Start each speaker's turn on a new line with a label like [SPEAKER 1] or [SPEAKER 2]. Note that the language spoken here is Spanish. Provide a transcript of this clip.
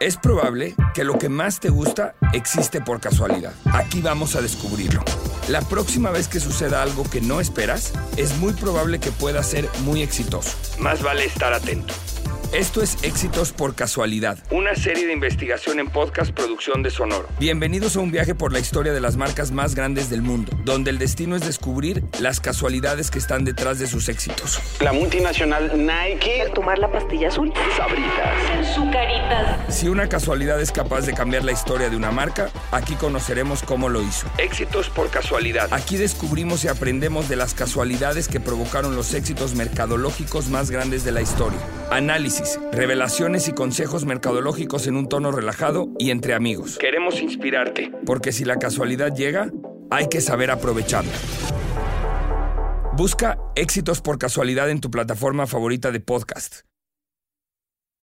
[SPEAKER 1] Es probable que lo que más te gusta existe por casualidad. Aquí vamos a descubrirlo. La próxima vez que suceda algo que no esperas, es muy probable que pueda ser muy exitoso. Más vale estar atento. Esto es Éxitos por Casualidad, una serie de investigación en podcast producción de Sonoro. Bienvenidos a un viaje por la historia de las marcas más grandes del mundo, donde el destino es descubrir las casualidades que están detrás de sus éxitos.
[SPEAKER 2] La multinacional Nike.
[SPEAKER 3] Tomar la pastilla azul.
[SPEAKER 2] Sabritas.
[SPEAKER 3] En su carita.
[SPEAKER 1] Si una casualidad es capaz de cambiar la historia de una marca, aquí conoceremos cómo lo hizo. Éxitos por casualidad. Aquí descubrimos y aprendemos de las casualidades que provocaron los éxitos mercadológicos más grandes de la historia. Análisis, revelaciones y consejos mercadológicos en un tono relajado y entre amigos. Queremos inspirarte, porque si la casualidad llega, hay que saber aprovecharla. Busca Éxitos por casualidad en tu plataforma favorita de podcast.